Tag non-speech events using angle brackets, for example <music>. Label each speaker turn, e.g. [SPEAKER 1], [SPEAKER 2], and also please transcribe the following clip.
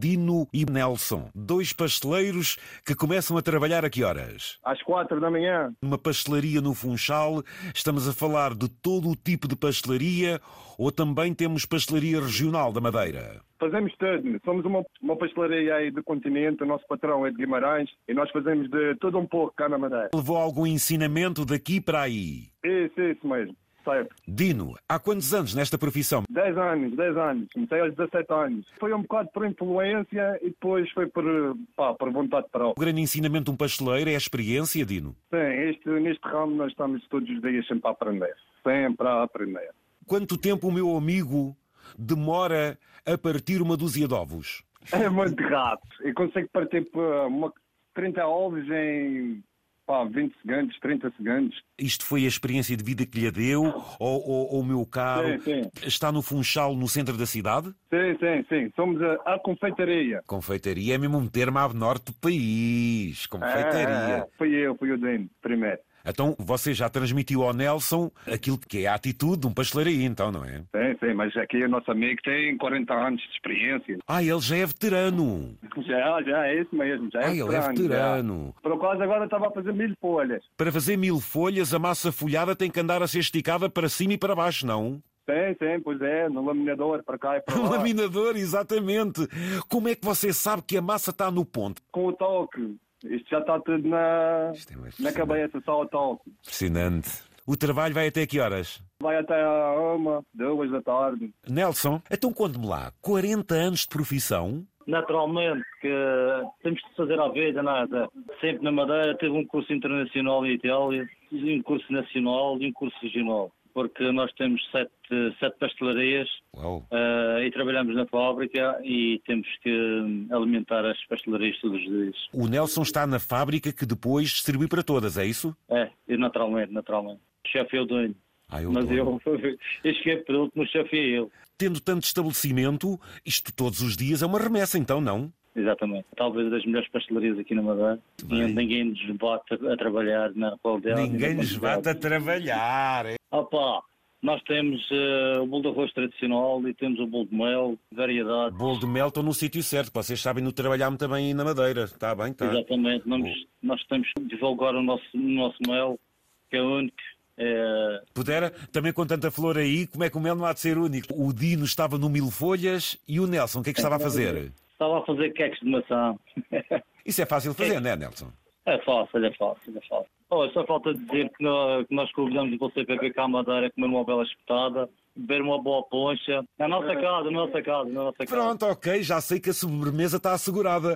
[SPEAKER 1] Dino e Nelson. Dois pasteleiros que começam a trabalhar a que horas?
[SPEAKER 2] Às quatro da manhã.
[SPEAKER 1] Uma pastelaria no Funchal, estamos a falar de todo o tipo de pastelaria ou também temos pastelaria regional da Madeira?
[SPEAKER 2] Fazemos tudo. Somos uma, uma pastelaria aí do continente, o nosso patrão é de Guimarães e nós fazemos de tudo um pouco cá na Madeira.
[SPEAKER 1] Levou algum ensinamento daqui para aí?
[SPEAKER 2] Isso, isso mesmo. Sempre.
[SPEAKER 1] Dino, há quantos anos nesta profissão?
[SPEAKER 2] 10 anos, 10 anos. Comecei aos 17 anos. Foi um bocado por influência e depois foi por, pá, por vontade
[SPEAKER 1] O
[SPEAKER 2] própria.
[SPEAKER 1] grande ensinamento de um pasteleiro é a experiência, Dino.
[SPEAKER 2] Sim, este, neste ramo nós estamos todos os dias sempre a aprender. Sempre a aprender.
[SPEAKER 1] Quanto tempo o meu amigo demora a partir uma dúzia de ovos?
[SPEAKER 2] É muito rápido. Eu consigo partir por uma, 30 ovos em pá, 20 segundos, 30 segundos.
[SPEAKER 1] Isto foi a experiência de vida que lhe deu? Ou, ou- ou o meu caro
[SPEAKER 2] Sim, sim.
[SPEAKER 1] está no Funchal, no centro da cidade?
[SPEAKER 2] Sim, sim, sim. Somos a, a confeitaria.
[SPEAKER 1] Confeitaria é mesmo um termo à norte do país.
[SPEAKER 2] É, é,
[SPEAKER 1] Confeitaria.
[SPEAKER 2] é. Fui eu, fui o Dino, primeiro.
[SPEAKER 1] Então você já transmitiu ao Nelson aquilo que é a atitude de um pastelaria, então, não é?
[SPEAKER 2] Sim, sim, mas aqui o nosso amigo tem 40 anos de experiência. <laughs>
[SPEAKER 1] Ah, ele já é veterano.
[SPEAKER 2] Já, já, é isso mesmo. Já é
[SPEAKER 1] Ah, ele é
[SPEAKER 2] veterano, já.
[SPEAKER 1] veterano.
[SPEAKER 2] Por acaso agora estava a fazer mil folhas.
[SPEAKER 1] Para fazer mil folhas, a massa folhada tem que andar a ser esticada para cima e para baixo, não? Um
[SPEAKER 2] Sim, sim, pois é, no laminador, para cá e
[SPEAKER 1] <laughs>
[SPEAKER 2] para lá.
[SPEAKER 1] Laminador, exatamente. Como é que você sabe que a massa está no ponto?
[SPEAKER 2] Com o toque. Isto já está tudo na,
[SPEAKER 1] Isto é
[SPEAKER 2] na
[SPEAKER 1] impressionante.
[SPEAKER 2] cabeça, só o toque.
[SPEAKER 1] Impressionante. O trabalho vai até que horas?
[SPEAKER 2] Vai até à uma, duas da tarde.
[SPEAKER 1] Nelson, então conte-me lá, 40 anos de profissão?
[SPEAKER 3] Naturalmente que temos de fazer à vida, nada. Sempre na Madeira teve um curso internacional em Itália, e um curso nacional e um curso regional. Porque nós temos sete, sete pastelarias
[SPEAKER 1] Uau.
[SPEAKER 3] ah, e trabalhamos na fábrica e temos que hum, alimentar as pastelarias todos os dias.
[SPEAKER 1] O Nelson está na fábrica que depois distribui para todas, é isso?
[SPEAKER 3] É, e naturalmente, naturalmente. O chefe é o dono.
[SPEAKER 1] Ah,
[SPEAKER 3] Mas
[SPEAKER 1] adoro.
[SPEAKER 3] eu, <laughs> eu cheguei por último, o chefe é eu.
[SPEAKER 1] Tendo tanto estabelecimento, isto todos os dias é uma remessa, então, não?
[SPEAKER 3] Exatamente. Talvez das melhores pastelarias aqui na Madeira. E
[SPEAKER 1] bem.
[SPEAKER 3] ninguém nos bate a trabalhar na qualidade. e na
[SPEAKER 1] Ninguém nos
[SPEAKER 3] quantidade.
[SPEAKER 1] bate a trabalhar.
[SPEAKER 3] Opa, nós temos eh, o bolo de arroz tradicional e temos o bolo de mel, variedade.
[SPEAKER 1] Bolo de mel estão no sítio certo, vocês sabem, no trabalhar muito bem aí na Madeira. Está bem, tá. está.
[SPEAKER 3] Exatamente. Nós, nós temos que divulgar o nosso, o nosso mel, que é único. eh,
[SPEAKER 1] Pudera, também com tanta flor aí, como é que o mel não há de ser único? O Dino estava no Mil Folhas e o Nelson, o que é que estava a fazer?
[SPEAKER 3] estava a fazer queques de maçã. <laughs>
[SPEAKER 1] Isso é fácil de fazer, não é, Nelson?
[SPEAKER 3] é fácil, é fácil, é fácil. Oh, só falta dizer que nós, que nós convidamos você para vir cá à Madeira comer uma bela espetada, beber uma boa poncha. Na nossa casa, na nossa casa, na nossa casa.
[SPEAKER 1] Pronto, ok, já sei que a sobremesa está assegurada.